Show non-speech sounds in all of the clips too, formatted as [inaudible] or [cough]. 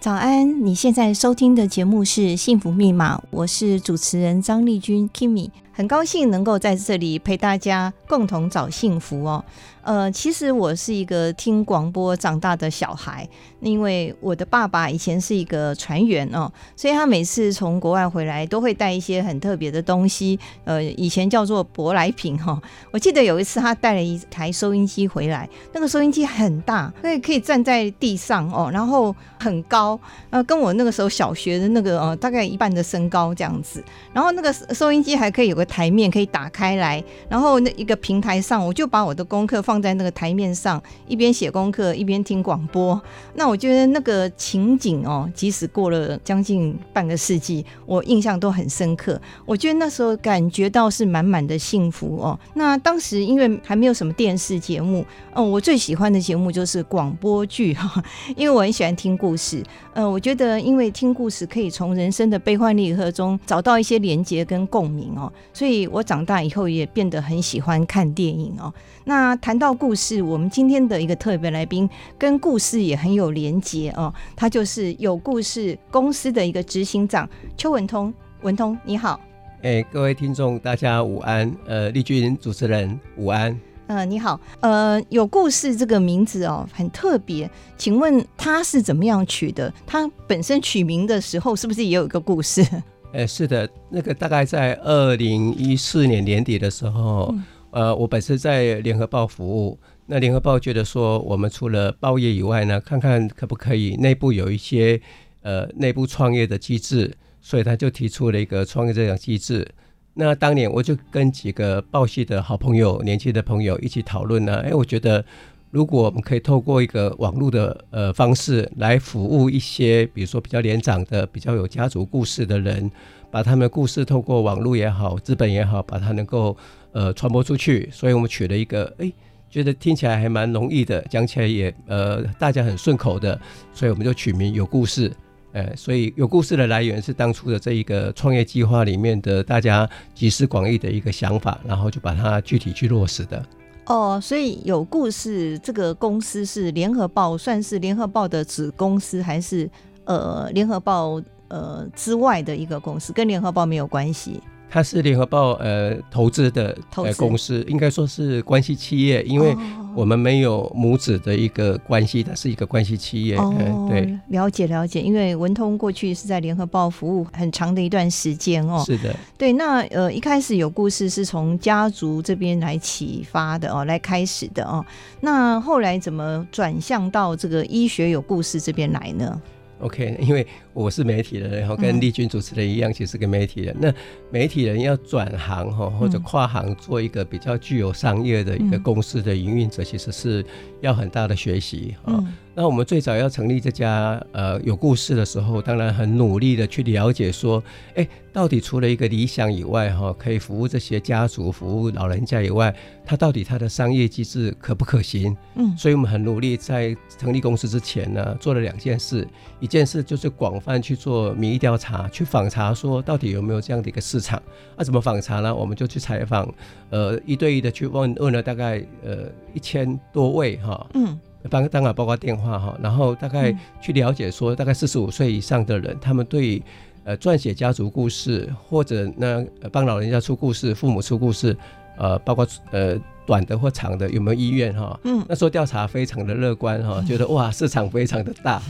早安！你现在收听的节目是《幸福密码》，我是主持人张丽君 Kimi，很高兴能够在这里陪大家共同找幸福哦。呃，其实我是一个听广播长大的小孩，因为我的爸爸以前是一个船员哦，所以他每次从国外回来都会带一些很特别的东西，呃，以前叫做舶来品哈、哦。我记得有一次他带了一台收音机回来，那个收音机很大，所以可以站在地上哦，然后很高。呃，跟我那个时候小学的那个呃，大概一半的身高这样子。然后那个收音机还可以有个台面可以打开来，然后那一个平台上，我就把我的功课放在那个台面上，一边写功课一边听广播。那我觉得那个情景哦，即使过了将近半个世纪，我印象都很深刻。我觉得那时候感觉到是满满的幸福哦。那当时因为还没有什么电视节目，嗯，我最喜欢的节目就是广播剧哈，因为我很喜欢听故事。呃，我觉得因为听故事可以从人生的悲欢离合中找到一些连结跟共鸣哦，所以我长大以后也变得很喜欢看电影哦。那谈到故事，我们今天的一个特别来宾跟故事也很有连结哦，他就是有故事公司的一个执行长邱文通。文通，你好。哎、各位听众，大家午安。呃，丽君主持人午安。呃，你好，呃，有故事这个名字哦，很特别，请问他是怎么样取的？他本身取名的时候是不是也有一个故事？ [laughs] 哎，是的，那个大概在二零一四年年底的时候，呃，我本身在联合报服务，那联合报觉得说，我们除了报业以外呢，看看可不可以内部有一些呃内部创业的机制，所以他就提出了一个创业这项机制。那当年我就跟几个报系的好朋友、年轻的朋友一起讨论呢、哎，我觉得如果我们可以透过一个网络的呃方式来服务一些，比如说比较年长的、比较有家族故事的人，把他们的故事透过网络也好、资本也好，把它能够呃传播出去。所以我们取了一个，哎，觉得听起来还蛮容易的，讲起来也呃大家很顺口的，所以我们就取名有故事。呃，所以有故事的来源是当初的这一个创业计划里面的大家集思广益的一个想法，然后就把它具体去落实的。哦，所以有故事这个公司是联合报，算是联合报的子公司，还是呃联合报呃之外的一个公司，跟联合报没有关系？它是联合报呃投资的投呃资公司，应该说是关系企业，因为哦我们没有母子的一个关系，它是一个关系企业。呃对，，哦了解了解，因为文通过去是在联合报服务很长的一段时间哦。是的，对，那呃一开始有故事是从家族这边来启发的哦，来开始的哦。那后来怎么转向到这个医学有故事这边来呢？ OK，因为我是媒体人，然后跟嗯丽君主持人一样，其实是个媒体人。那媒体人要转行哈，或者嗯跨行做一个比较具有商业的一个嗯公司的营运者，其实是要很大的学习啊。嗯那我们最早要成立这家呃有故事的时候，当然很努力的去了解说，哎，到底除了一个理想以外，哈、可以服务这些家族、服务老人家以外，它到底它的商业机制可不可行？嗯所以我们很努力在成立公司之前呢，做了两件事，一件事就是广泛去做民意调查，去访查说到底有没有这样的一个市场。那、怎么访查呢？我们就去采访，呃，一对一的去问问了大概呃一千多位哈、嗯当当然包括电话哈，然后大概嗯去了解说，大概四十五岁以上的人，他们对呃撰写家族故事，或者呢呃帮老人家出故事、父母出故事，呃，包括呃短的或长的有没有意愿哈？嗯那时候调查非常的乐观哈，觉得哇市场非常的大。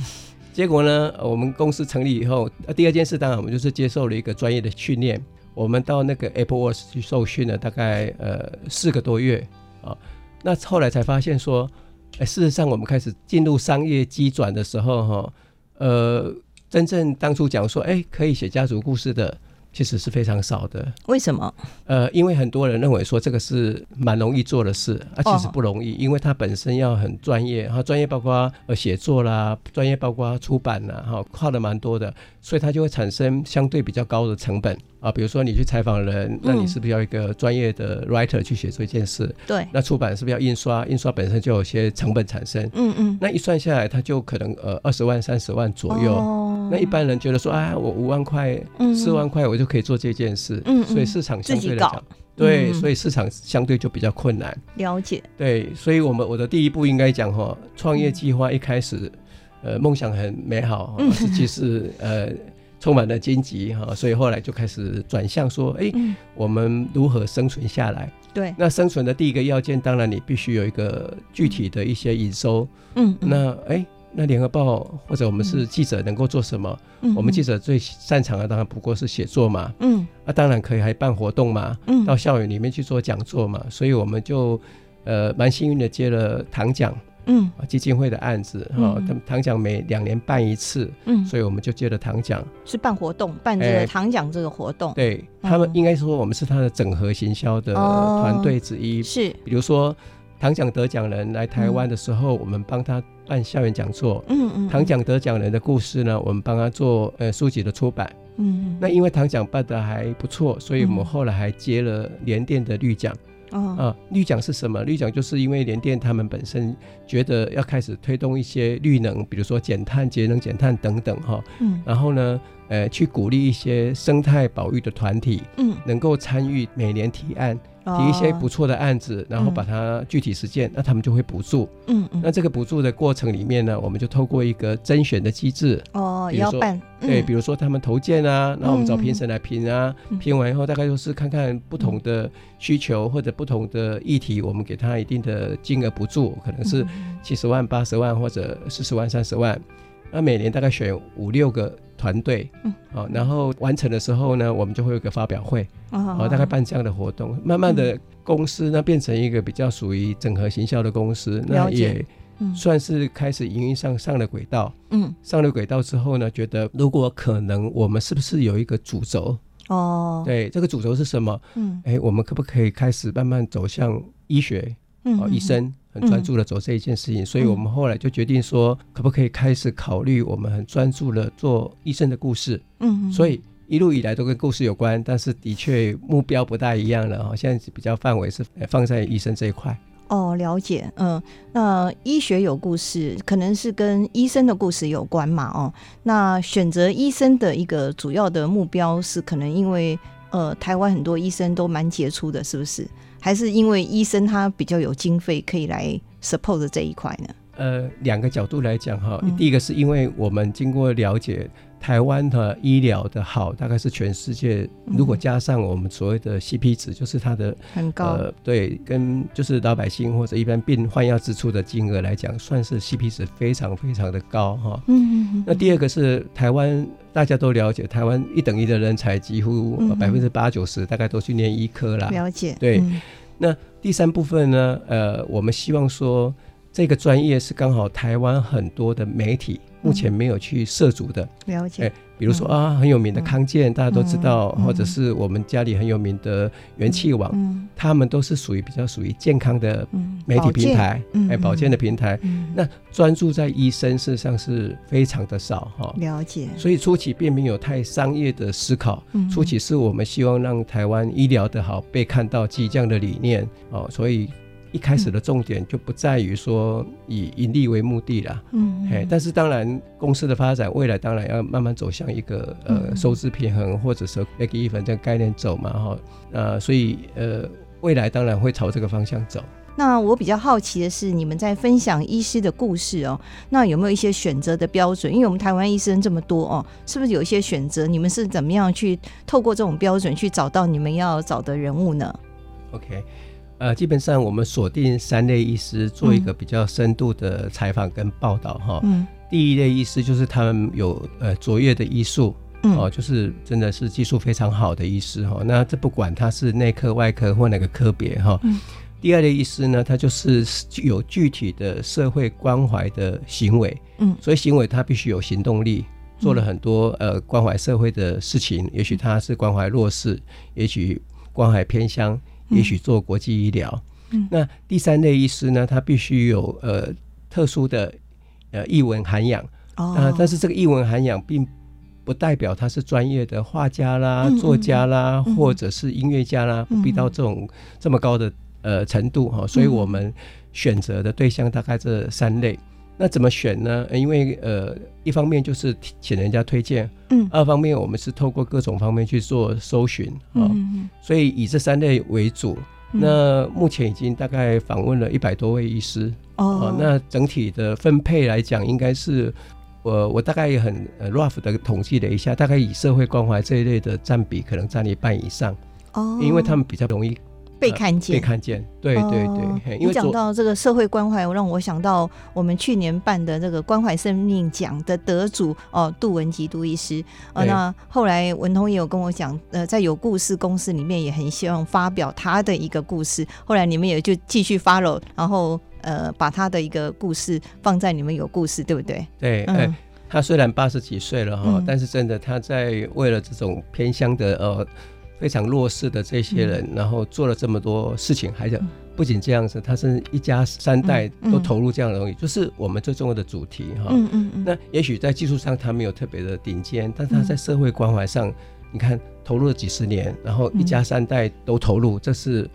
结果呢，呃我们公司成立以后，呃第二件事当然我们就是接受了一个专业的训练，我们到那个 Apple Watch 去受训了大概呃四个多月啊。那后来才发现说，哎，事实上我们开始进入商业机转的时候哈，呃，真正当初讲说，哎、可以写家族故事的，其实是非常少的。为什么？呃，因为很多人认为说这个是蛮容易做的事啊，其实哦不容易，因为它本身要很专业，它专业包括呃写作啦，专业包括出版啦，哈、跨的蛮多的，所以它就会产生相对比较高的成本啊。比如说你去采访人，那你是不是要一个专业的 writer 去写这件事？对，那出版是不是要印刷？印刷本身就有些成本产生，嗯嗯，那一算下来，它就可能呃二十万、三十万左右。哦那一般人觉得说，啊，我五万块、嗯四万块，我就可以做这件事，嗯嗯所以市场相自己对来搞讲，对，嗯所以市场相对就比较困难，了解，对，所以我们我的第一步应该讲哈，创业计划一开始，呃，梦想很美好，嗯哈实际是呃充满了荆棘哈，所以后来就开始转向说，哎、嗯，我们如何生存下来？对，那生存的第一个要件，当然你必须有一个具体的一些营收，嗯，嗯那哎。那联合报或者我们是记者能够做什么？我们记，者最擅长的当然不过是写作嘛，嗯啊，当然可以还办活动嘛，嗯，到校园里面去做讲座嘛，所以我们就呃蛮幸运的接了唐奖嗯啊基金会的案子哈，嗯他们唐奖每两年办一次，嗯，所以我们就接了唐奖。是办活动，办这个哎唐奖这个活动，对他们嗯应该说我们是他的整合行销的哦团队之一，是，比如说唐奖得奖人来台湾的时候，我们帮他办校园讲座。嗯嗯，唐，奖得奖人的故事呢，我们帮他做呃书籍的出版。嗯，那因为唐奖办的还不错，所以我嗯们后来还接了联电的绿奖哦，啊。绿奖是什么？绿奖就是因为联电他们本身觉得要开始推动一些绿能，比如说减碳、节能减碳等等哈。嗯然后呢，呃，去鼓励一些生态保育的团体嗯，能够参与每年提案，提一些不哦，错的案子，然后把它具体实践，那他们就会补助。嗯嗯，那这个补助的过程里面呢，我们就透过一个甄选的机制，哦，比也如要说办，对，嗯比如说他们投件啊，然后我们找嗯评审来评啊，嗯评完以后大概就是看看不同的需求或者不同的议题，我们给他一定的金额补助，可能是嗯七十万、八十万或者四十万、三十万。那每年大概选五六个团队，嗯好、然后完成的时候呢，我们就会有个发表会，嗯呃好、大概办这样的活动。慢慢的，公司呢变成一个比较属于整合行销的公司，那了解也嗯算是开始营运上上了轨道。嗯，上了轨道之后呢，觉得如果可能，我们是不是有一个主轴？哦，对，这个主轴是什么？嗯，哎，我们可不可以开始慢慢走向医学？嗯哦，嗯，医嗯，生很专注的走这一件事情，所以我们后来就决定说，可不可以开始考虑我们很专注的做医生的故事？嗯，嗯所以。一路以来都跟故事有关，但是的确目标不大一样了哦哈。现在比较范围是呃放在医生这一块，哦，了解，嗯，那医学有故事，可能是跟医生的故事有关嘛，哦，那选择医生的一个主要的目标是，可能因为呃，台湾很多医生都蛮杰出的，是不是？还是因为医生他比较有经费可以来 support 这一块呢？呃，两个角度来讲哈嗯，第一个是因为我们经过了解，台湾的医疗的好，大概是全世界，嗯如果加上我们所谓的 CP 值，就是它的很高，呃，对，跟就是老百姓或者一般病患要支出的金额来讲，算是 CP 值非常非常的高哈。嗯嗯那第二个是台湾，大家都了解，台湾一等一的人才几乎呃嗯百分之八九十，大概都去念医科啦嗯，。了解，对嗯第三部分呢，呃，我们希望说这个专业是刚好台湾很多的媒体目前没有去涉足的，了解哎，比如说嗯啊，很有名的康健，大家都知道，嗯嗯或者是我们家里很有名的元气网，嗯他们都是属于比较属于健康的嗯，媒体保健平，台，嗯哎，嗯保健的平台，嗯，那专注在医生身上是非常的少哈。了解，所以初期并没有太商业的思考，嗯初期是我们希望让台湾医疗的好被看到，基于这样的理念哦，所以一开始的重点就不在于说以盈利为目的啦。嗯，嘿，但是当然，公司的发展未来当然要慢慢走向一个呃嗯收支平衡或者是 break even 这样概念走嘛哈，呃，所以呃未来当然会朝这个方向走。那我比较好奇的是，你们在分享医师的故事哦，那有没有一些选择的标准？因为我们台湾医生这么多哦，是不是有一些选择？你们是怎么样去透过这种标准去找到你们要找的人物呢？哦 OK，呃，基本上我们锁定三类医师做一个比较深度的采访跟报道哈。嗯第一类医师就是他们有呃卓越的医术嗯哦，就是真的是技术非常好的医师哈、那这不管他是内科、外科或哪个科别哈、嗯第二类医师呢，他就是具有具体的社会关怀的行为，嗯所以行为他必须有行动力。做了很多呃关怀社会的事情，也许他是关怀弱势，也许关怀偏乡，也许做国际医疗。嗯那第三类医师呢，他必须有呃特殊的呃译文涵养哦啊、但是这个译文涵养并不代表他是专业的画家啦、嗯嗯作家啦，嗯或者是音乐家啦，嗯不必到这种这么高的呃程度哈、所以我们选择的对象大概这三类。那怎么选呢？呃因为呃，一方面就是请人家推荐，嗯二方面我们是透过各种方面去做搜寻啊、哦嗯所以以这三类为主。嗯那目前已经大概访问了一百多位医师哦呃那整体的分配来讲，应该是我我大概也很呃 rough 的统计了一下，大概以社会关怀这一类的占比可能占一半以上，哦因为他们比呃较容易被看被见。看见。对对对，哦嘿因你为讲昨到这个社会关怀，让我想到我们去年办的这个关怀生命奖的得主哦，杜文吉杜医师。呃，对那后来文通也有跟我讲，呃，在有故事公司里面也很希望发表他的一个故事。后来你们也就继续 follow，然后呃，把他的一个故事放在你们有故事，对不对？对，哎、嗯他虽然八十几岁了哈、嗯但是真的他在为了这种偏乡的呃非常弱势的这些人、然后做了这么多事情，还有嗯不仅这样子，他是一家三代嗯都嗯投入这样的东西，就是我们最重要的主题哈、嗯嗯嗯，那也许在技术上他没有特别的顶尖，但他在嗯社会关怀上，你看投入了几十年，然后一家三代都投嗯入，这是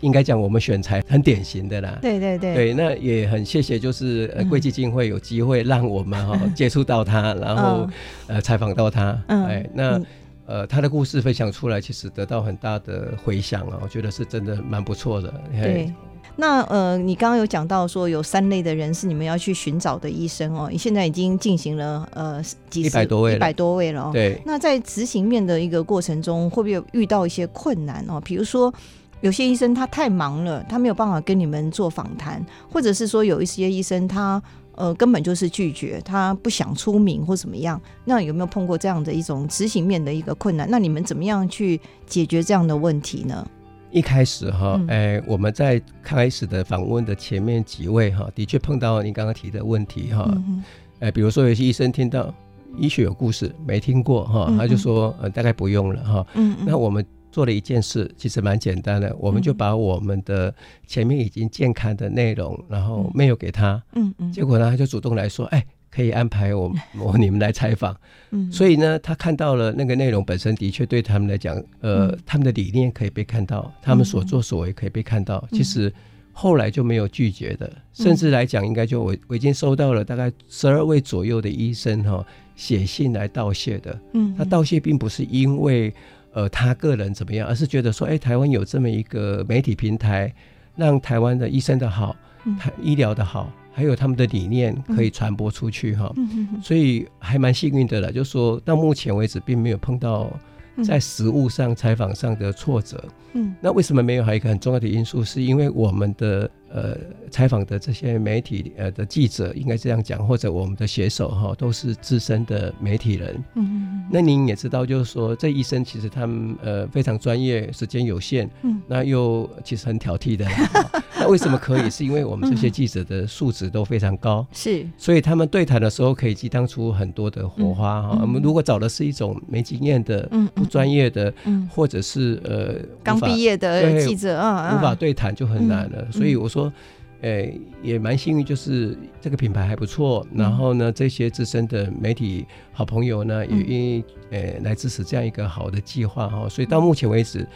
应该讲我们选材很典型的啦。对对对，对，那也很谢谢，就是呃嗯贵基金会有机会让我们哈、接触到他，然后、呃采访到他，嗯哎，那嗯呃他的故事分享出来，其实得到很大的回响啊，我觉得是真的蛮不错的。嘿对，那呃，你刚刚有讲到说有三类的人是你们要去寻找的医生哦，你现在已经进行了呃几100多位了一百多位了哦。对，那在执行面的一个过程中，会不会有遇到一些困难哦？比如说，有些医生他太忙了，他没有办法跟你们做访谈，或者是说有一些医生他呃根本就是拒绝，他不想出名或怎么样。那有没有碰过这样的一种执行面的一个困难？那你们怎么样去解决这样的问题呢？一开始哈嗯，哎、我们在开始的访问的前面几位哈，的确碰到您刚刚提的问题哈，嗯哼哎、比如说有些医生听到医学有故事没听过哈嗯，他就说呃大概不用了哈。嗯嗯那我们做了一件事，其实蛮简单的，我们就把我们的前面已经健康的内容，然后没有给他，嗯嗯，结果呢他就主动来说，哎、可以安 [laughs] 排我我你们来采访，嗯所以呢，他看到了那个内容本身的确对他们来讲，呃，嗯他们的理念可以被看到，他们所作所为可以被看到。嗯其实后来就没有拒绝的，甚至来讲，应该就我我已经收到了大概十二位左右的医生哈、写信来道谢的。嗯他道谢并不是因为呃他个人怎么样，而是觉得说，哎、台湾有这么一个媒体平台，让台湾的医生的好嗯，台医疗的好，还有他们的理念可以传播出去哈、嗯嗯嗯所以还蛮幸运的了，就说到目前为止并没有碰到嗯在实物上、采访上的挫折。嗯那为什么没有？还有一个很重要的因素，是因为我们的呃采访的这些媒体呃的记者，应该这样讲，或者我们的写手哈，都是资深的媒体人。嗯嗯那您也知道，就是说这医生其实他们呃非常专业，时间有限，嗯那又其实很挑剔的。哈那为什 [laughs] 么可以？是因为我们这些嗯记者的素质都非常高。是所以他们对谈的时候可以激荡出很多的火花哈嗯。嗯我们、如果找的是一种没经验的、嗯不专业的，嗯或者是呃刚无法毕业的对记者啊无法对谈，就很难了。嗯所以我说，呃，也蛮幸运，就是这个品牌还不错。然后呢，这些资深的媒体好朋友呢，也嗯愿意呃来支持这样一个好的计划哈。所以到目前为止，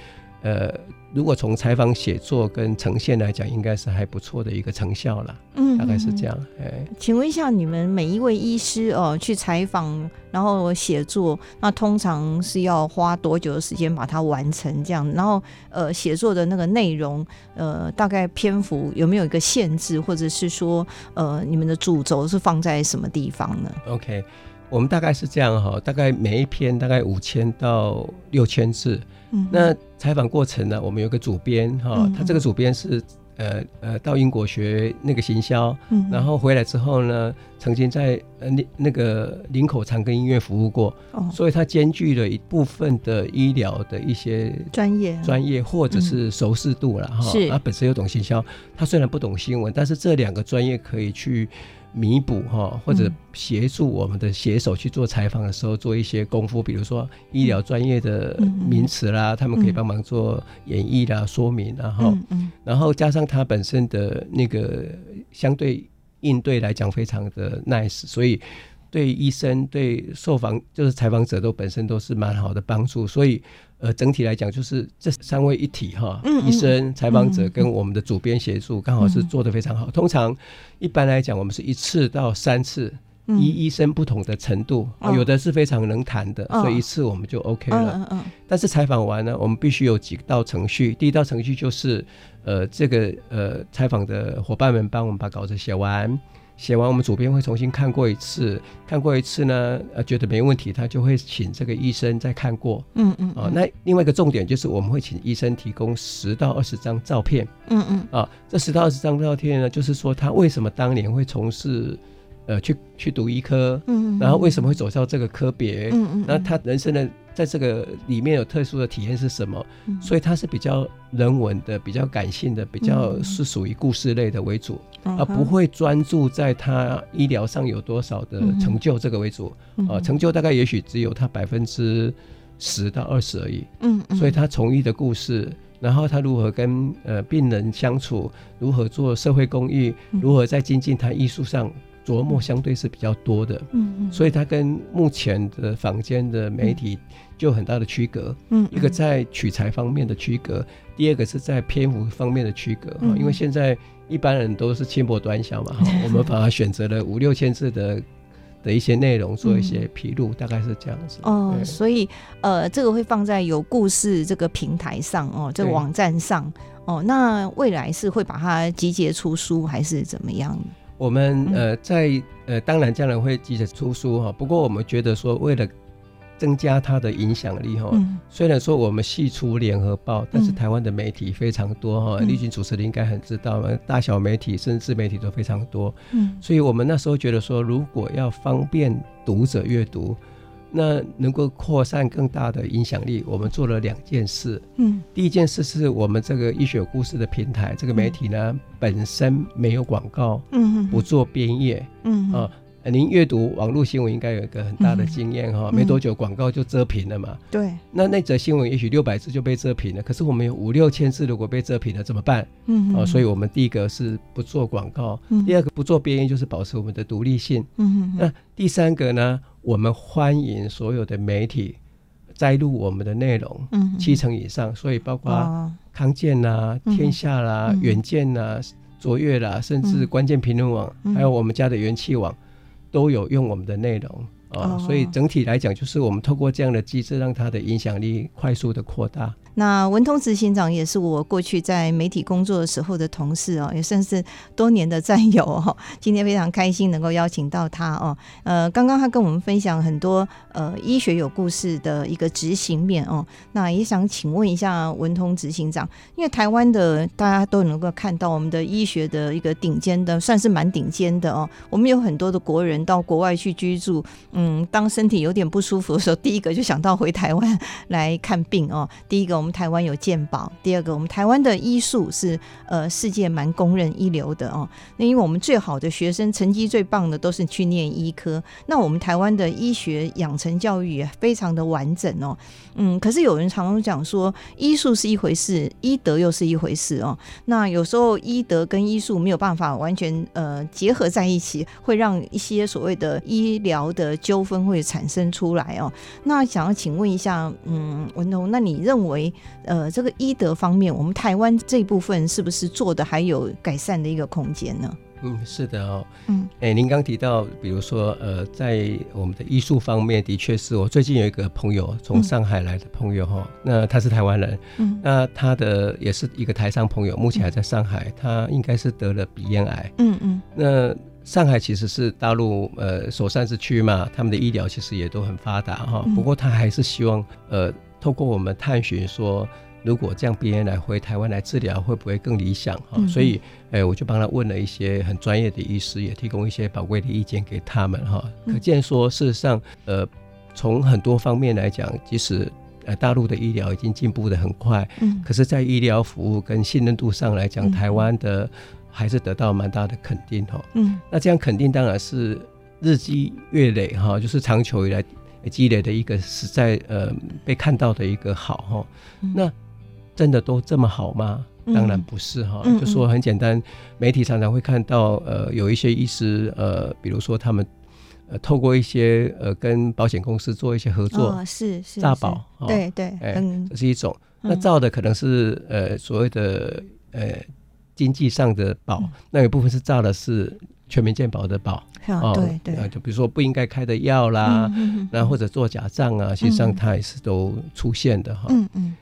呃，如果从采访、写作跟呈现来讲，应该是还不错的一个成效了，嗯大概是样。嗯嗯这样。哎，请问一下，你们每一位医师哦，去采访，然后写作，那通常是要花多久的时间把它完成？这样，然后呃，写作的那个内容，呃，大概篇幅有没有一个限制，或者是说，呃，你们的主轴是放在什么地方呢？ OK，我们大概是这样哈，大概每一篇大概五千到六千字。嗯那采访过程呢，我们有个主编哈嗯，他这个主编是呃呃到英国学那个行销，嗯然后回来之后呢，曾经在呃那那个林口长庚医院服务过，哦，所以他兼具了一部分的医疗的一些。专业，专业或者是熟视度了哈，啊是他本身又懂行销，他虽然不懂新闻，但是这两个专业可以去弥补哈，或者协助我们的写手去做采访的时候做一些功夫，比如说医疗专业的名词啦，他们可以帮忙做演绎啦、说明啦，然后嗯嗯然后加上他本身的那个相对应对来讲非常的 nice，所以对医生、对受访就是采访者都本身都是蛮好的帮助，所以呃整体来讲就是这三位一体哈，嗯嗯医生、采访者嗯跟我们的主编协助刚好是做得非常好。通常一般来讲，我们是一次到三次。嗯依医生不同的程度，哦有的是非常能谈的，哦所以一次我们就 OK 了。嗯嗯嗯但是采访完呢，我们必须有几道程序。第一道程序就是，呃，这个呃采访的伙伴们帮我们把稿子写完，写完我们主编会重新看过一次，看过一次呢，呃，觉得没问题，他就会请这个医生再看过。嗯嗯啊、那另外一个重点就是我们会请医生提供十到二十张照片嗯嗯啊、这十到二十张照片呢，就是说他为什么当年会从事，呃，去去读医科，嗯，然后为什么会走到这个科别，嗯嗯，那他人生的在这个里面有特殊的体验是什么？所以以他是比较人文的、比较感性的、比嗯较是属于故事类的为主，而不会专注在他医疗上有多少的嗯成就这个为主。啊，成就大概也许只有他百分之十到二十而已。嗯，所以他从医的故事，然后他如何跟呃病人相处，如何做社会公益，嗯如何在精进他艺术上琢磨，相对是比较多的。嗯嗯，所以它跟目前的坊间的媒体就有很大的区隔，嗯一个在取材方面的区隔，第二个是在篇幅方面的区隔哈、嗯因为现在一般人都是轻薄短小 [laughs] 嘛哈、我们反而选择了五六千字的的一些内容做一些披露，大概是这样子。嗯哦，对所以呃，这个会放在有故事这个平台上哦，这个对网站上哦。那未来是会把它集结出书，还是怎么样？我们嗯呃在呃当然将来会急着出书哈、不过我们觉得说为了增加它的影响力哈、嗯虽然说我们系出联合报，但是嗯台湾的媒体非常多哈，嗯丽君主持人应该很知道嘛，大小媒体甚至自媒体都非常多，嗯所以我们那时候觉得说，如果要方便读者阅读，那能够扩散更大的影响力，我们做了两件事。嗯第一件事是我们这个医学故事的平台，这个媒体呢本身没有广告，嗯不做编页嗯啊。呃您阅读网络新闻应该有一个很大的经验哈，嗯没多久广告就遮屏了嘛。对那那则新闻也许六百字就被遮屏了，可是我们有五六千字，如果被遮屏了怎么办？嗯哦，所以我们第一个是不做广告，第二个不做编译，就是保持我们的独立性。嗯那第三个呢，我们欢迎所有的媒体摘录我们的内容，嗯哦七成以上，所以包括哇康健啦、嗯天下啦、嗯远见啦、卓越啦，甚至嗯关键评论网，嗯还有我们家的元气网，都有用我们的内容。啊、哦所以整体来讲，就是我们透过这样的机制，让它的影响力快速的扩大。那文通执行长也是我过去在媒体工作的时候的同事哦，也算是多年的战友哦。今天非常开心能够邀请到他哦。呃，刚刚他跟我们分享很多呃医学有故事的一个执行面哦。那也想请问一下文通执行长，因为台湾的大家都能够看到我们的医学的一个顶尖的，算是蛮顶尖的哦。我们有很多的国人到国外去居住，嗯，当身体有点不舒服的时候，第一个就想到回台湾来看病哦。第一个，我们台湾有健保；第二个，我们台湾的医术是呃世界蛮公认一流的哦。那因为我们最好的学生成绩最棒的都是去念医科，那我们台湾的医学养成教育也非常的完整哦。嗯，可是有人常常讲说，医术是一回事，医德又是一回事哦。那有时候医德跟医术没有办法完全呃结合在一起，会让一些所谓的医疗的纠纷会产生出来哦。那想要请问一下，嗯，文彤，那你认为，呃，这个医德方面，我们台湾这一部分是不是做的还有改善的一个空间呢？嗯，是的哦。嗯哎、您刚提到，比如说，呃，在我们的艺术方面，的确是我最近有一个朋友从嗯上海来的朋友哈、那他是台湾人，嗯那他的也是一个台上朋友，目前还在上海，他应该是得了鼻咽癌。嗯嗯那上海其实是大陆呃首善之区嘛，他们的医疗其实也都很发达哈、嗯不过他还是希望呃透过我们探寻说，如果这样别人来回台湾来治疗，会不会更理想哈、嗯所以哎、我就帮他问了一些很专业的医师，也提供一些宝贵的意见给他们哈、嗯可见说，事实上呃从很多方面来讲，即使呃大陆的医疗已经进步的很快，嗯可是，在医疗服务跟信任度上来嗯讲，台湾的还是得到蛮大的肯定哈、嗯那这样肯定当然是日积月累哈、就是长久以来积累的一个实在呃被看到的一个好哈、嗯那真的都这么好吗？嗯当然不是哈、嗯嗯就说很简单，媒体常常会看到呃有一些医师呃，比如说他们呃透过一些呃跟保险公司做一些合作，哦是是诈是保哦对对，哎很这是一种。那嗯造的可能是呃所谓的呃经济上的保，嗯那有部分是造的是全民健保的保啊对对，呃就比如说不应该开的药啦，嗯那、或者做假账啊，其实上它也是都出现的哈。嗯嗯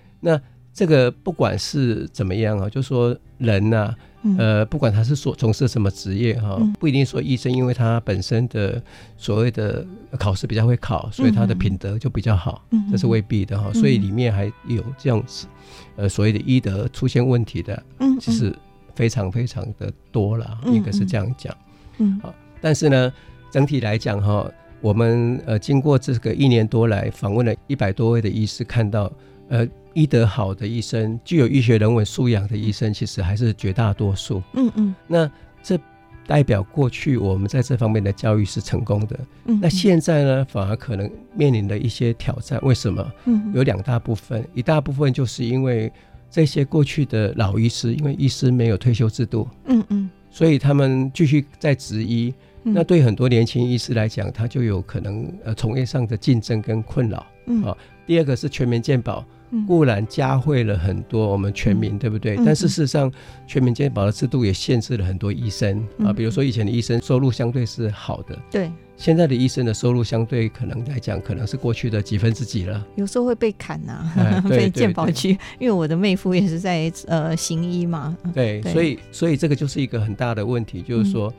这个不管是怎么样啊，就说人呐、嗯呃，不管他是所从事什么职业哈、嗯不一定说医生，因为他本身的所谓的考试比较会考，所以他的嗯品德就比较好，嗯这是未必的哈、所以里面还有这样子，呃，所谓的医德出现问题的，嗯其实非常非常的多了，嗯应该是这样讲。嗯但是呢，整体来讲哈，我们呃经过这个一年多来访问了一百多位的医师，看到呃医德好的医生，具有医学人文素养的医生，其实还是绝大多数。嗯嗯那这代表过去我们在这方面的教育是成功的。嗯，那现在呢，反而可能面临了一些挑战。为什么？嗯有两大部分，一大部分就是因为这些过去的老医师，因为医师没有退休制度，嗯嗯所以他们继续在执医。嗯那对很多年轻医师来讲，他就有可能呃从业上的竞争跟困扰。嗯啊第二个是全民健保，嗯固然加惠了很多我们全民，对不对？嗯但是事实上，全民健保的制度也限制了很多医生啊，嗯比如说以前的医生收入相对是好的，对，现在的医生的收入相对可能来讲，可能是过去的几分之几了。有时候会被砍呐、哎对被对鉴宝对局，因为我的妹夫也是在呃行医嘛，嗯对，对嗯所以所以这个就是一个很大的问题，就是说，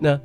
那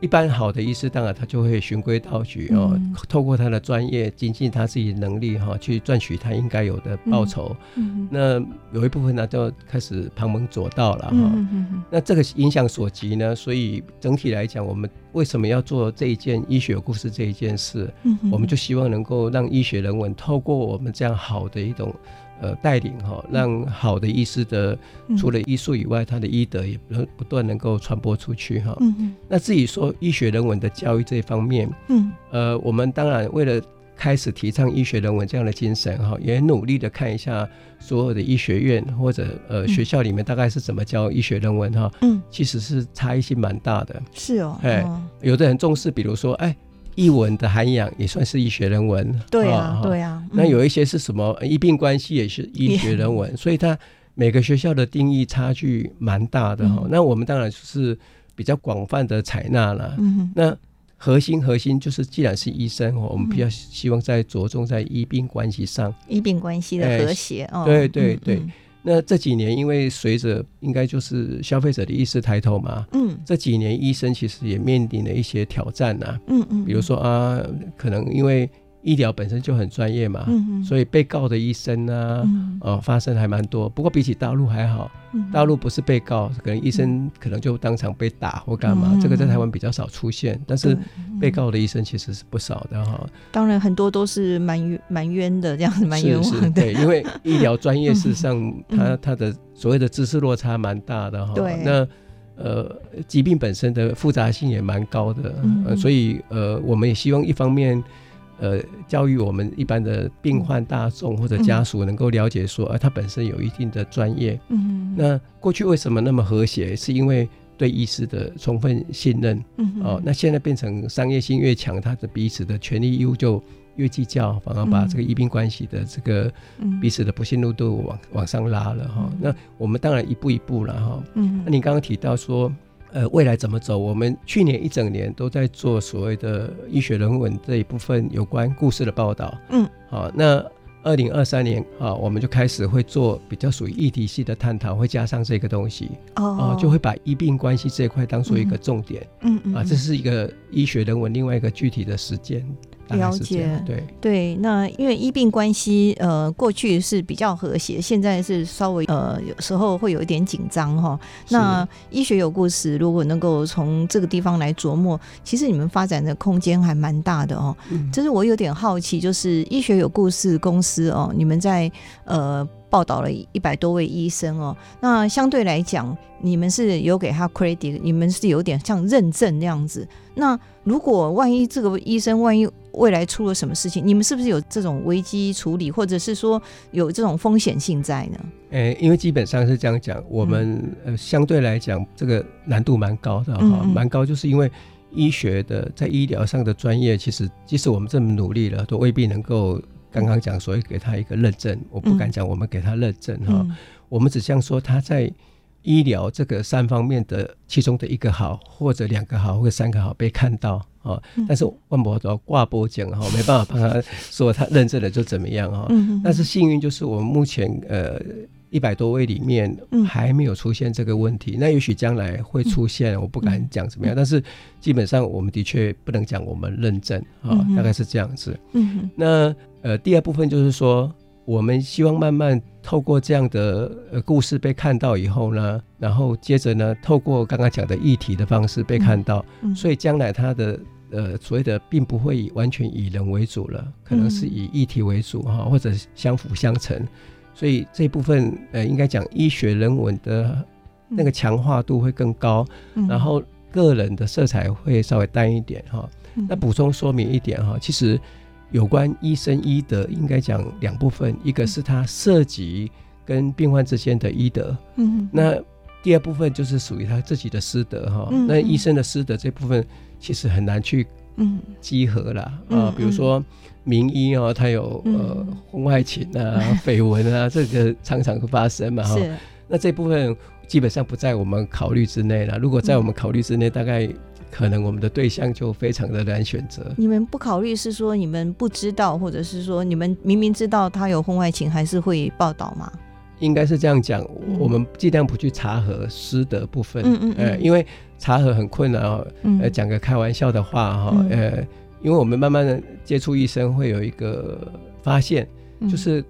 一般好的医师，当然他就会循规蹈矩哦，嗯透过他的专业精进他自己的能力哈、去赚取他应该有的报酬。嗯那有一部分呢，就开始旁门左道了哈。嗯嗯那这个影响所及呢，所以整体来讲，我们为什么要做这一件医学故事这一件事？嗯嗯，我们就希望能够让医学人文透过我们这样好的一种呃带领哈、让好的医师的嗯除了医术以外，他的医德也不不断能够传播出去哈。嗯嗯那至于说医学人文的教育这一方面，嗯呃，我们当然为了开始提倡医学人文这样的精神哈，也努力的看一下所有的医学院或者呃嗯学校里面大概是怎么教医学人文哈，嗯其实是差异性蛮大的。是哦，哎哦有的人重视，比如说哎。译文的涵养也算是医学人文，对哦啊哈对啊，那嗯有一些是什么呃医病关系也是医学人文， [laughs] 所以它每个学校的定义差距蛮大的哈、嗯那我们当然就是比较广泛的采纳了。嗯那核心核心就是，既然是医生哦，我们嗯比较希望在着重在医病关系上。医病关系的哎和谐哦，对对嗯对那这几年因为随着应该就是消费者的意识抬头嘛，嗯这几年医生其实也面临了一些挑战呐、嗯嗯，比如说啊，可能因为医疗本身就很专业嘛，嗯嗯，所以被告的医生啊。嗯呃，发生还蛮多。不过比起大陆还好，嗯大陆不是被告，可能医生可能就当场被打或干嘛，嗯这个在台湾比较少出现。但是对被嗯告的医生其实是不少的哈，当然很多都是蛮冤蛮冤的这样子，蛮是冤是，枉的，对，因为医疗专业事实上嗯它它的所谓的知识落差蛮大的哈。对那呃，疾病本身的复杂性也蛮高的，嗯呃所以呃，我们也希望一方面。呃，教育我们一般的病患大众或者家属能够了解说，呃，他本身有一定的专业，嗯那过去为什么那么和谐？是因为对医师的充分信任嗯哦。那现在变成商业性越强，他的彼此的权利义务就越计较，反而把嗯这个医病关系的这个嗯彼此的不信任度往往上拉了哈、嗯那我们当然一步一步了哈、嗯那你刚刚提到说。呃，未来怎么走？我们去年一整年都在做所谓的医学人文这一部分有关故事的报道。嗯，好、那二零二三年啊，我们就开始会做比较属于议题系的探讨，会加上这个东西啊、哦就会把医病关系这一块当做一个重点、嗯嗯啊，这是一个医学人文另外一个具体的实践。大概是了这解样对，对，那因为医病关系，呃，过去是比较和谐，现在是稍微呃，有时候会有一点紧张哈。那医学有故事，如果能够从这个地方来琢磨，其实你们发展的空间还蛮大的哦。嗯这是我有点好奇，就是医学有故事公司哦，你们在呃报道了一百多位医生哦，那相对来讲，你们是有给他 credit，你们是有点像认证那样子。那如果万一这个医生万一未来出了什么事情，你们是不是有这种危机处理，或者是说有这种风险性在呢？诶，因为基本上是这样讲，嗯我们、呃相对来讲这个难度蛮高的哈、嗯嗯蛮高，就是因为医学的在医疗上的专业，其实即使我们这么努力了，都未必能够刚刚讲，所以给他一个认证，我不敢讲我们给他认证哈、嗯我们只想说他在医疗这个三方面的其中的一个好，或者两个好，或者三个好被看到啊、哦嗯但是万博都挂播讲哈，没办法帮他说他认证了就怎么样哈、哦嗯但是幸运就是我们目前呃一百多位里面嗯还没有出现这个问题，那也许将来会出现，我不嗯敢讲怎么样，但是基本上我们的确不能讲我们认证啊、嗯哼大概是这样子。嗯哼那呃第二部分就是说，我们希望慢慢透过这样的呃故事被看到以后呢，然后接着呢透过刚刚讲的议题的方式被看到，嗯所以将来它的呃所谓的并不会以完全以人为主了，可能是嗯以议题为主哈、或者相辅相成。所以这部分呃，应该讲医学人文的那个强化度会更高，嗯然后个人的色彩会稍微淡一点哈、嗯那补充说明一点哈、其实有关医生医德，应该讲两部分，一嗯个是它涉及跟病患之间的医德，嗯那第二部分就是属于他自己的师德哈、嗯那嗯医生的师德这部分其实很难去嗯集合啦啊、嗯比如说名医哦，他有、呃嗯婚外情 [laughs] 啊、绯闻啊，这个常常会发生嘛哈、是那这部分基本上不在我们考虑之内了。如果在我们考虑之内，大嗯概可能我们的对象就非常的难选择。你们不考虑是说你们不知道，或者是说你们明明知道他有婚外情，还是会报道吗？应该是这样讲，嗯我们尽量不去查核师德部分，嗯嗯嗯呃，因为查核很困难哦。呃，嗯讲个开玩笑的话哈、嗯呃，因为我们慢慢的接触医生，会有一个发现，嗯就是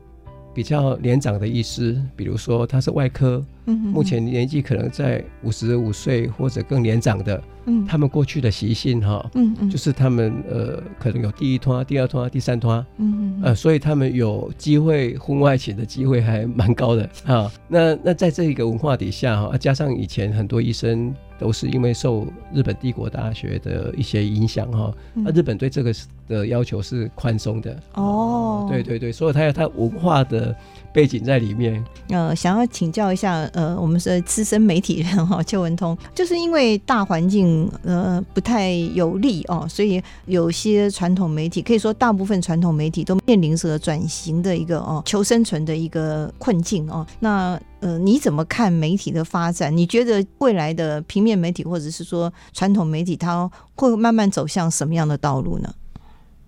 比较年长的医师，比如说他是外科，目目前年纪可能在五十五岁或者更年长的，嗯他们过去的习性哈、嗯嗯就是他们呃可能有第一团、第二团、第三团，嗯嗯呃，所以他们有机会婚外情的机会还蛮高的啊。那那在这个文化底下哈、啊加上以前很多医生都是因为受日本帝国大学的一些影响哈、嗯那、日本对这个是的要求是宽松的。哦对对对，所以它有它文化的背景在里面。呃，想要请教一下，呃，我们是资深媒体人哈、邱文通，就是因为大环境呃不太有利哦，所以有些传统媒体可以说大部分传统媒体都面临着转型的一个哦求生存的一个困境哦。那呃，你怎么看媒体的发展？你觉得未来的呃平面媒体或者是说传统呃媒体，它会慢慢走向什么样的道路呢？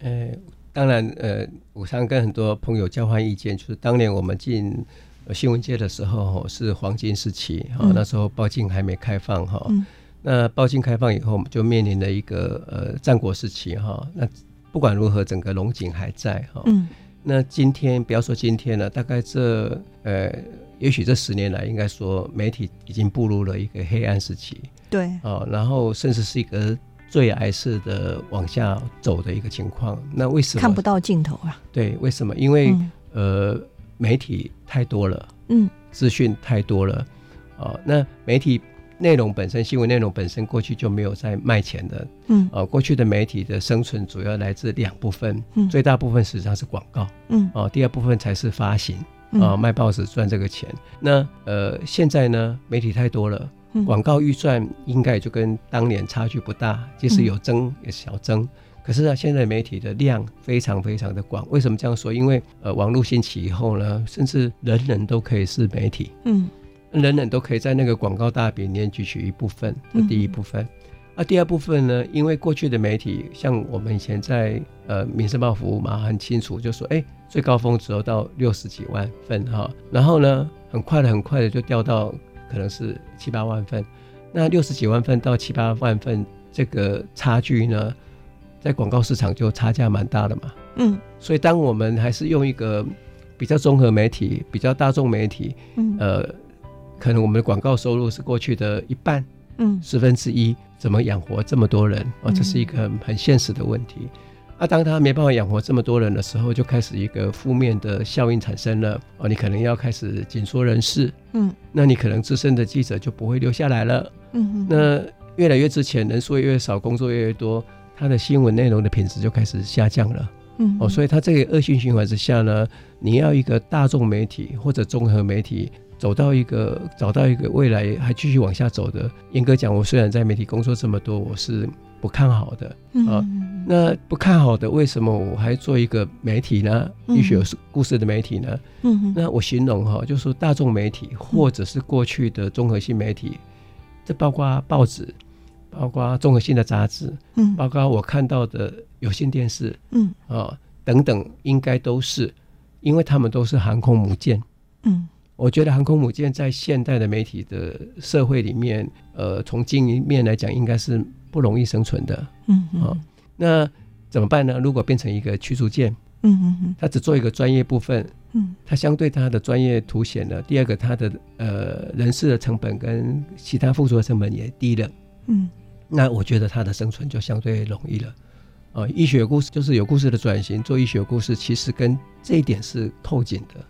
呃，当然，呃，我常跟很多朋友交换意见，就是当年我们进、呃新闻界的时候、哦、是黄金时期，哈、嗯那时候报禁还没开放哈、嗯那报禁开放以后，我们就面临了一个呃战国时期哈、那不管如何，整个龙井还在哈、嗯那今天不要说今天了，大概这呃，也许这十年来，应该说媒体已经步入了一个黑暗时期对，啊、哦然后甚至是一个坠崖式的往下走的一个情况。那为什么看不到尽头啊。对，为什么？因为、嗯呃，媒体太多了，嗯资讯太多了，哦，那媒体内容本身，新闻内容本身，过去就没有在卖钱的，嗯哦，过去的媒体的生存主要来自两部分，嗯最大部分实际上是广告，嗯哦，第二部分才是发行，嗯啊、卖报纸赚这个钱。那呃，现在呢，媒体太多了，嗯广告预算应该也就跟当年差距不大，即嗯使有增也小增。可是啊，现在媒体的量非常非常的广。为什么这样说？因为呃，网络兴起以后呢，甚至人人都可以是媒体，嗯人人都可以在那个广告大饼里面汲取一部分。这嗯第一部分。那、第二部分呢？因为过去的媒体，像我们以前在呃《民生报》服务嘛，很清楚，就说哎、最高峰只有到六十几万份哈、然后呢，很快的，很快的就掉到可能是七八万份。那六十几万份到七八万份这个差距呢，在广告市场就差价蛮大的嘛。嗯所以当我们还是用一个比较综合媒体、比较大众媒体，嗯呃，可能我们的广告收入是过去的一半、嗯十分之一，怎么养活这么多人啊？嗯这是一个很很现实的问题。啊，当他没办法养活这么多人的时候，就开始一个负面的效应产生了。哦，你可能要开始紧缩人事，嗯那你可能资深的记者就不会留下来了。嗯，那越来越之前人数越来越少，工作越来越多，他的新闻内容的品质就开始下降了。嗯哦，所以它这个恶性循环之下呢，你要一个大众媒体或者综合媒体走到一个找到一个未来还继续往下走的。严格讲，我虽然在媒体工作这么多，我是不看好的。以啊那不看好的，为什么我还做一个媒体呢？嗯也许有故事的媒体呢？嗯那我形容哈、就是说大众媒体或者是过去的综合性媒体，这包括报纸，包括综合性的杂志，嗯包括我看到的有线电视，嗯啊等等，应该都是，因为他们都是航空母舰。嗯我觉得航空母舰在现代的媒体的社会里面，呃，从经营面来讲，应该是不容易生存的。嗯那怎么办呢？如果变成一个驱逐舰，嗯它只做一个专业部分，嗯它相对它的专业凸显了。第二个，它的呃人事的成本跟其他付出的成本也低了。嗯那我觉得它的生存就相对容易了。呃，医学故事就是有故事的转型，做医学故事其实跟这一点是扣紧的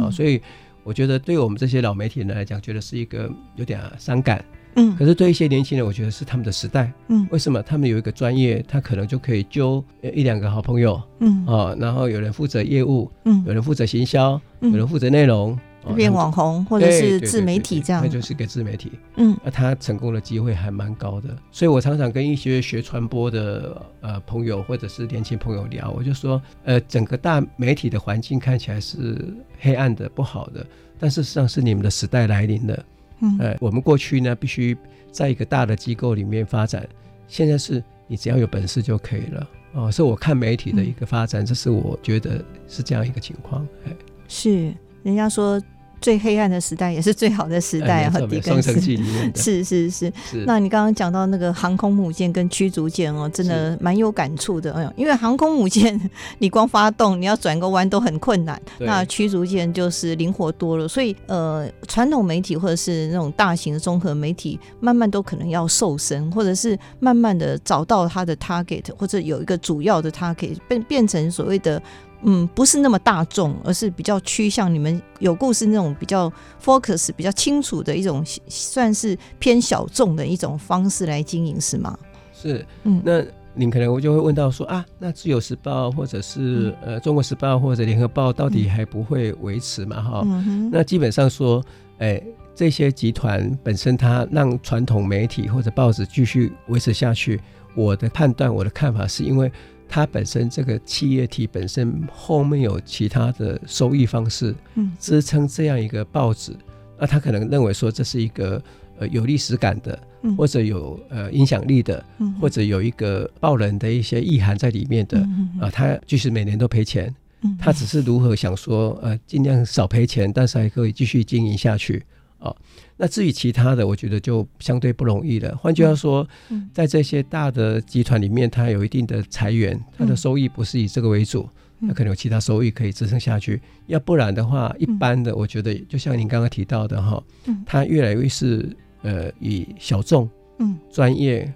啊、嗯所以我觉得对我们这些老媒体人来讲，觉得是一个有点伤感。嗯可是对一些年轻人，我觉得是他们的时代。嗯为什么他们有一个专业，他可能就可以揪呃一两个好朋友嗯啊、然后有人负责业务，嗯有人负责行销，有人嗯，负责内容，啊变网红或或者是自媒体这样那，就是给自媒体。嗯那他成功的机会还蛮高的。所以我常常跟一些学传播的呃朋友或者是年轻朋友聊，我就说，呃，整个大媒体的环境看起来是黑暗的、不好的，但事实上是你们的时代来临了。嗯呃，我们过去呢必须在一个大的机构里面发展，现在是你只要有本事就可以了。哦，是我看媒体嗯的一个发展，这是我觉得是这样一个情况。哎，是人家说最黑暗的时代也是最好的时代哎没啊错，没狄错双更城斯记里面的是是是，是那你刚刚讲到那个航空母舰跟驱逐舰哦，真的蛮有感触的。哎呦，因为航空母舰你光发动，你要转个弯都很困难。对那驱逐舰就是灵活多了，所以呃，传统媒体或者是那种大型的综合媒体，慢慢都可能要瘦身，或者是慢慢的找到它的 target，或者有一个主要的 target，变变成所谓的。嗯，不是那么大众，而是比较趋向你们有故事那种比较 focus 比较清楚的一种，算是偏小众的一种方式来经营，是吗？是嗯那你可能我就会问到说啊，那《自由时报》或者是、呃《中国时报》或者《联合报》到底还不会维持嘛？哈、嗯哼，那基本上说，哎，这些集团本身它让传统媒体或者报纸继续维持下去，我的判断我的看法是因为它本身这个企业体本身后面有其他的收益方式嗯支撑这样一个报纸，那他可能认为说这是一个呃有历史感的，嗯或者有呃影响力的。嗯或者有一个爆冷的一些意涵在里面的啊、嗯嗯他即使每年都赔钱，嗯他只是如何想说呃尽量少赔钱，但是还可以继续经营下去啊、那至于其他的，我觉得就相对不容易了。换句话说，嗯在这些大的集团里面，它有一定的裁员，它的收益不是以这个为主。嗯它可能有其他收益可以支撑下去，要不然的话，一般的我觉得，就像您刚刚提到的哈嗯，它越来越是呃以小众嗯专业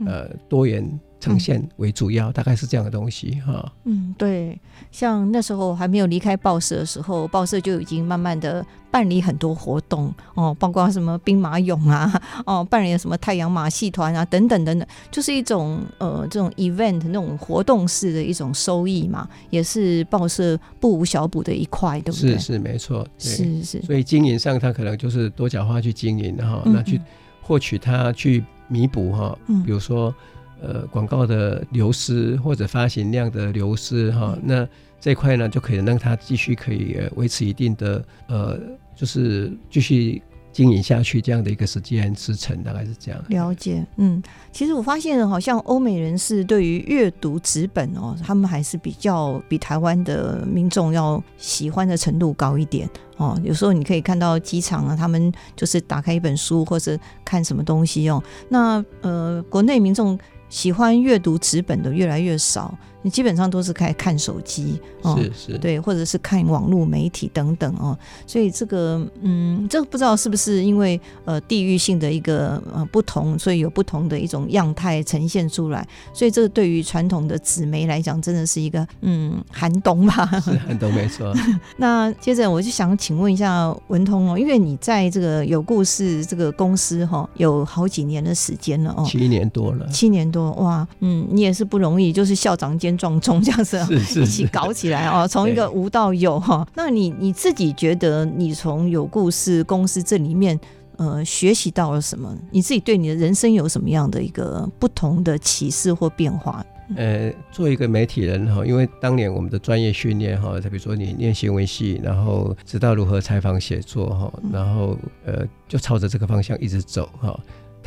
嗯呃多元呈现为主要，大概是这样的东西哈。嗯，对，像那时候还没有离开报社的时候，报社就已经慢慢的办理很多活动哦，包括什么兵马俑啊，哦，办理什么太阳马戏团啊，等等等等，就是一种呃这种 event 那种活动式的一种收益嘛，也是报社不无小补的一块，对不对是？是没错，对。是是，所以经营上，它可能就是多角化去经营哈，嗯那去获取它去弥补哈，嗯比如说呃广告的流失或者发行量的流失哈嗯，那这一块呢就可以让它继续可以呃维持一定的呃就是继续经营下去这样的一个时间支撑，大概是这样。了解，嗯，其实我发现好像欧美人士对于阅读纸本哦，他们还是比较比台湾的民众要喜欢的程度高一点哦。有时候你可以看到机场啊，他们就是打开一本书或者看什么东西哦。那呃，国内民众喜欢阅读纸本的越来越少，你基本上都是开始看手机哦，是是，对，或者是看网络媒体等等哦。所以这个，嗯，这个不知道是不是因为呃地域性的一个呃不同，所以有不同的一种样态呈现出来。所以这个对于传统的纸媒来讲，真的是一个嗯寒冬吧。是很懂没错。 [laughs] 那接着我就想请问一下文通哦，因为你在这个有故事这个公司哈、哦、有好几年的时间了哦。七年多了，七年多哇，嗯，你也是不容易，就是校长兼撞钟这样子哦， [laughs] 是是一起是，搞起来 [laughs] 哦，从一个无到有哈。那你你自己觉得你从有故事公司这里面呃学习到了什么？你自己对你的人生有什么样的一个不同的启示或变化？呃，做一个媒体人哈，因为当年我们的专业训练哈，比如说你念新闻系，然后知道如何采访写作哈，嗯然后呃，就朝着这个方向一直走哈。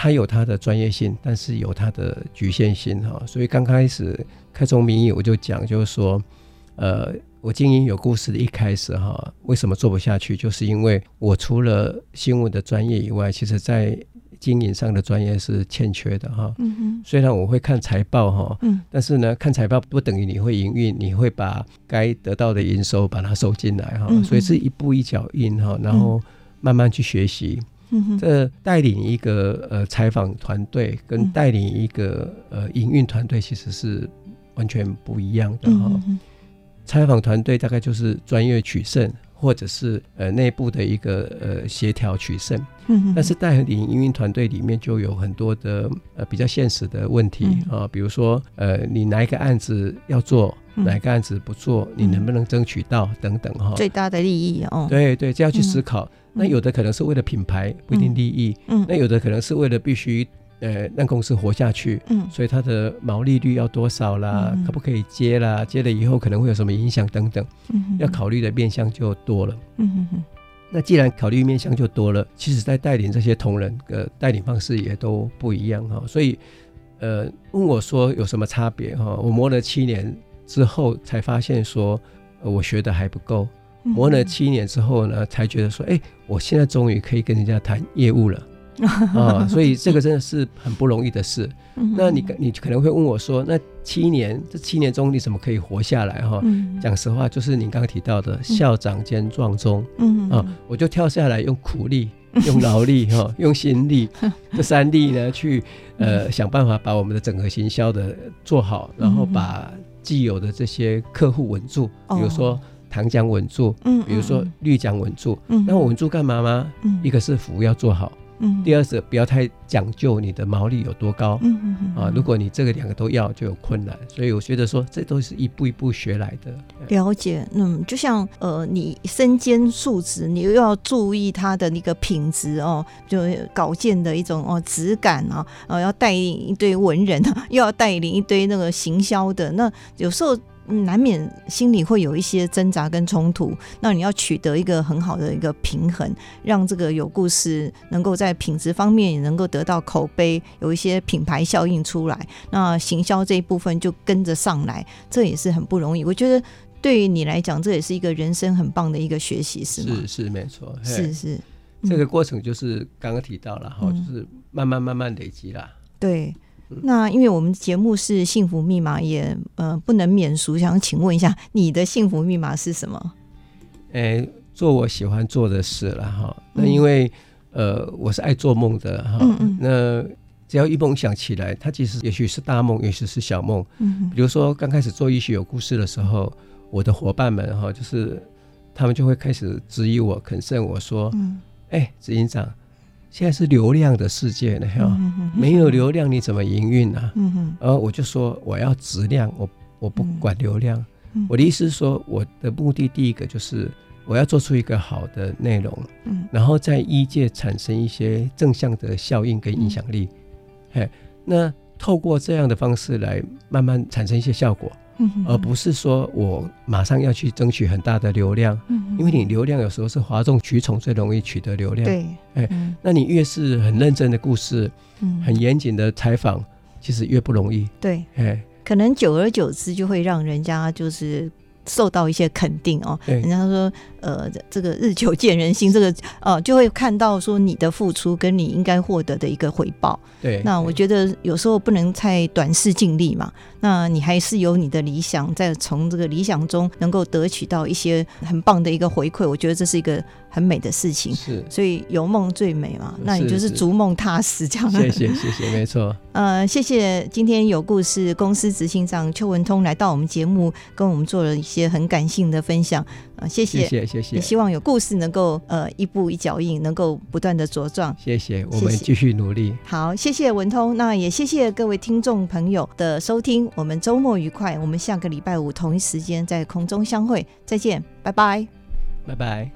它有它的专业性，但是有它的局限性哈。所以刚开始开宗明义我就讲，就是说，呃，我经营有故事的一开始哈，为什么做不下去，就是因为我除了新闻的专业以外，其实在经营上的专业是欠缺的哈。嗯哼，虽然我会看财报哈，嗯，但是呢，看财报不等于你会营运，你会把该得到的营收把它收进来哈，嗯嗯所以是一步一脚印哈，然后慢慢去学习。嗯哼，这带领一个呃采访团队跟嗯带领一个呃营运团队其实是完全不一样的哈。嗯采访团队大概就是专业取胜，或者是呃内部的一个呃协调取胜。嗯但是带领营运团队里面就有很多的呃比较现实的问题啊、比如说呃你哪一个案子要做，嗯哪一个案子不做，你能不能争取到等等哈、最大的利益哦，，对对，这要去思考。那有的可能是为了品牌，不一定利益；嗯那有的可能是为了必须呃让公司活下去。嗯所以它的毛利率要多少啦？嗯可不可以接啦？接了以后可能会有什么影响等等，嗯要，考虑的面向就多了。嗯嗯那既然考虑面向就多了，其实在带领这些同仁，呃，带领方式也都不一样哈、所以，呃，问我说有什么差别哈、我磨了七年之后，才发现说、呃我学的还不够。嗯，磨了七年之后呢，才觉得说，哎、我现在终于可以跟人家谈业务了嗯 [laughs] 啊、所以这个真的是很不容易的事。嗯那你可哦你可能会问我说，那七年这七年中你怎么可以活下来哈、嗯讲实话，就是您刚刚提到的校长兼壮中。嗯啊，我就跳下来用 [laughs] 苦力、用劳力、哈、用心力这三力呢，去嗯呃想办法把我们的整个行销的做好，然后嗯把既有的这些客户稳住，比如说糖浆稳住，哦嗯，比如说绿浆稳住。嗯，那我稳住干嘛吗？一个，个是服务要做好，嗯，第二二是不要太讲究你的毛利有多高。嗯嗯啊，如果你这个两个都要，就有困难，所以我觉得说这都是一步一步学来的。了解，嗯，就像呃，你身兼数职，你又要注意它的那个品质哦，就稿件的一种哦质感啊，呃，要带领一堆文人啊， [laughs] 又要带领一堆那个行销的，那有时候。嗯难免心里会有一些挣扎跟冲突，那你要取得一个很好的一个平衡，让这个有故事能够在品质方面也能够得到口碑，有一些品牌效应出来，那行销这一部分就跟着上来，这也是很不容易。我觉得对于你来讲，这也是一个人生很棒的一个学习，是吗是？是没错，嘿是是，嗯这个过程就是刚刚提到了哈，嗯就是慢慢慢慢累积啦。对。嗯那因为我们节目是幸福密码，也呃不能免俗，想请问一下你的幸福密码是什么？诶、做我喜欢做的事了哈。嗯那因为、呃，我是爱做梦的哈。嗯嗯啊那只要一梦想起来，它其实也许是大梦，也许是小梦。嗯比如说刚开始做医学有故事的时候，我的伙伴们哈，就是他们就会开始质疑我、肯胜我说嗯：“哎、执行长，现在是流量的世界呢哈，嗯没有流量你怎么营运啊？”嗯嗯而我就说我要质量，我我不管流量。嗯我的意思是说，我的目的第一个就是我要做出一个好的内容，嗯然后在医界产生一些正向的效应跟影响嗯力。嘿，那透过这样的方式来慢慢产生一些效果，嗯，而呃不是说我马上要去争取很大的流量，嗯因为你流量有时候是哗众取宠，最容易取得流量。对，那你越是很认真的故事，嗯哎很严谨的采访，其实越不容易。对，哎，可能久而久之就会让人家就是受到一些肯定哦。对人家说，呃，这个日久见人心，这个呃，就会看到说你的付出跟你应该获得的一个回报。对，那我觉得有时候不能太短视尽力嘛，那你还是有你的理想，在从这个理想中能够得取到一些很棒的一个回馈，我觉得这是一个很美的事情。是，所以有梦最美嘛，是那你就是是逐梦踏实这样。谢谢谢谢，没错， [laughs] 呃，谢谢今天有故事公司执行长邱文通来到我们节目，跟我们做了一些很感性的分享，呃，谢谢。谢谢谢也谢希望有故事能够呃一步一脚印，能够不断的茁壮。谢谢，我谢们谢继续努力，好，谢谢文通，那也谢谢各位听众朋友的收听，我们周末愉快，我们下个礼拜五同一时间在空中相会，再见，拜拜。拜拜。